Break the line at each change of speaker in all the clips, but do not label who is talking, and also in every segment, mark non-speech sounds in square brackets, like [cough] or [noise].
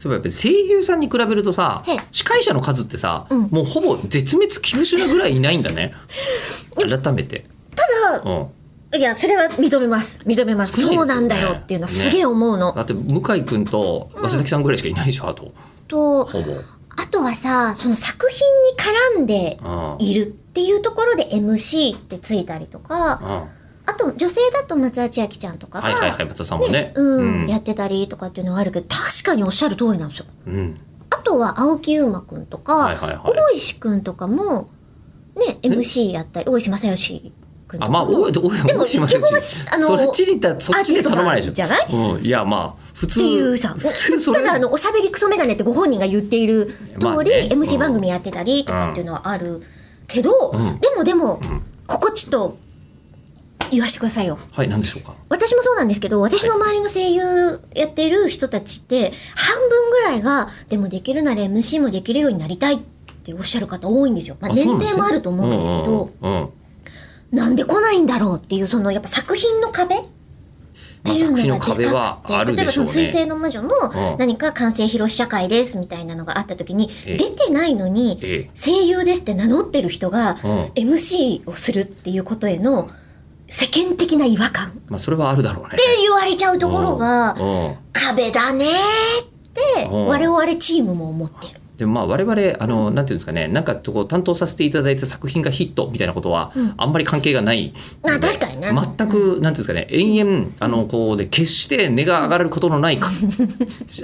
そういえばやっぱり声優さんに比べるとさ
はい
司会者の数ってさ、
うん
もうほぼ絶滅危惧種なぐらいいないんだね改めて
ただ、
うん
いや、それは認めます。認めます。
少ないですよ
そう
ね
なんだよっていうのはすげえ思うの。
だって向井君と早稲崎さんぐらいしかいないでしょあと
と、
ほぼ、
あとはさ、その作品に絡んで
うん
いるっていうところで MC ってついたりとか、
うん
あと女性だと松田千秋ちゃんとかが、
はいはいはい松田さんもね
ねうん、やってたりとかっていうのはあるけど、確かにおっしゃる通りなんですよ。
うん
あとは青木優馬くんとか、
はいはいはい
大石くんとかも、ね、MC やったり、大石正義くんと
あ
か
まあ
も
おいおい
でも
おいします
基本はしあの
そっちにだそっちで頼まないでしょ
アーティストさんじゃない
うん、いやまあ普通
っていうさ、
普通それ
ただあの、おしゃべりクソメガネってご本人が言っている通り、
まあね
MC 番組やってたりとかっていうのはあるけど、
うん
でもでも、ここちょっと言わせてくださいよ。
はい何でしょうか
私もそうなんですけど、私の周りの声優やってる人たちって、半分ぐらいが、でもできるなら MC もできるようになりたいっておっしゃる方多いんですよ。まあ、
あそ
年
うなんです
齢
ね
もあると思うんですけど、
うんうんうんうん
なんで来ないんだろうっていう、そのやっぱ作品の壁って
まあ
いうの
作
が
品の
でかくて、
壁はある
例え
で
ば
し
そ
ょう
の「水星
ね
の魔女」の
うん
何か完成披露試写会ですみたいなのがあった時に、
ええ
出てないのに
ええ
声優ですって名乗ってる人が
うん
MC をするっていうことへの世間的な違和感って
まあそれはあるだろうね
言われちゃうところが
うんうん
壁だねーって
うん
我々チームも思ってる。
でもまあ我々あのなんていうんですかねなんかこう担当させていただいた作品がヒットみたいなことは
うん
あんまり関係がない、
まあ確かにね
全くなんていうんですかね延々あのこうで決して値が上がることの
[laughs]
ないか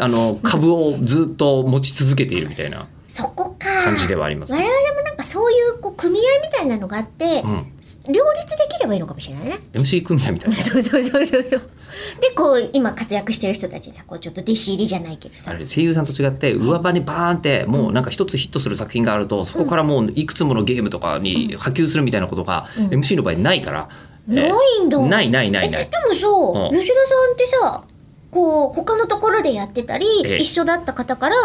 あの株をずっと持ち続けているみたいな
そこか
感じではあります
我
ね、
々もなんかそういうこう組合みたいなのがあって、
うん、
両立できればいいのかもしれないね。 [laughs]
MC 組合みたいな
そうそうそうそうそう。で、こう、今活躍してる人たちにさ、こう、ちょっと弟子入りじゃないけど
あ
さ
れ、声優さんと違って上場にバーンってもうなんか一つヒットする作品があるとそこからもういくつものゲームとかに波及するみたいなことが MC の場合ないから、
ないんだ。
ないないない
え、
ない
でもさ、
うん
吉田さんってさ、こう、他のところでやってたり、
ええ
一緒だった方から、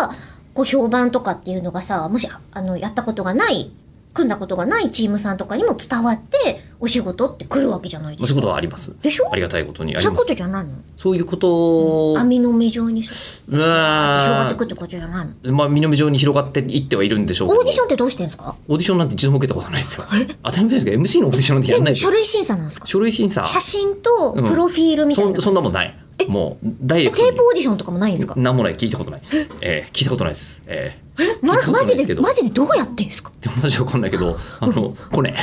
こう、評判とかっていうのがさ、もし、ああの、やったことがない、組んだことがないチームさんとかにも伝わって、お仕事って来るわけじゃない
ま
で
あそ
す
ういうこと
か。
はあります
でしょ
ありがたいことにあり
そういう
ま
こ
す
とじゃないの
そういうこと
網の目状にさ、
う
広がって
わ
くってことじゃないの
ーまあ、身の上に広がっていってはいるんでしょうけ
オ
ど
ーディションってどうしてんですか
オーディションなんて一度も受けたことないですよ当たり前ですけど MC のオーディションなんてやんない
え
です
書
よ
類審査なんですか
書類審査
写真とプロフィールみた
そ
いなの
ん
が、
そんなもんないもうダイレ
え
ク
テ
ト
ープオーディションとかもないんですか
になんもない聞いたことない、えー聞いたことないです、えー
ま
聞いたことな
マ
いで
ジ
すけ
で
ど
マジでどうやってんですか
でもマジわかんないけ
[laughs]
ど、あの、コネ。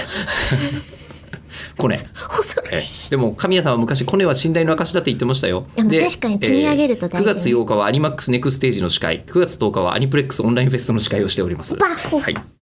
コネ。
恐ろ
え
しい
でも神谷さんは昔コネは信頼の証だって言ってましたよ。
でも確かに積み上げると大事ね
9月8日はアニマックスネクステージの司会、9月10日はアニプレックスオンラインフェストの司会をしております。
バッフ
はい。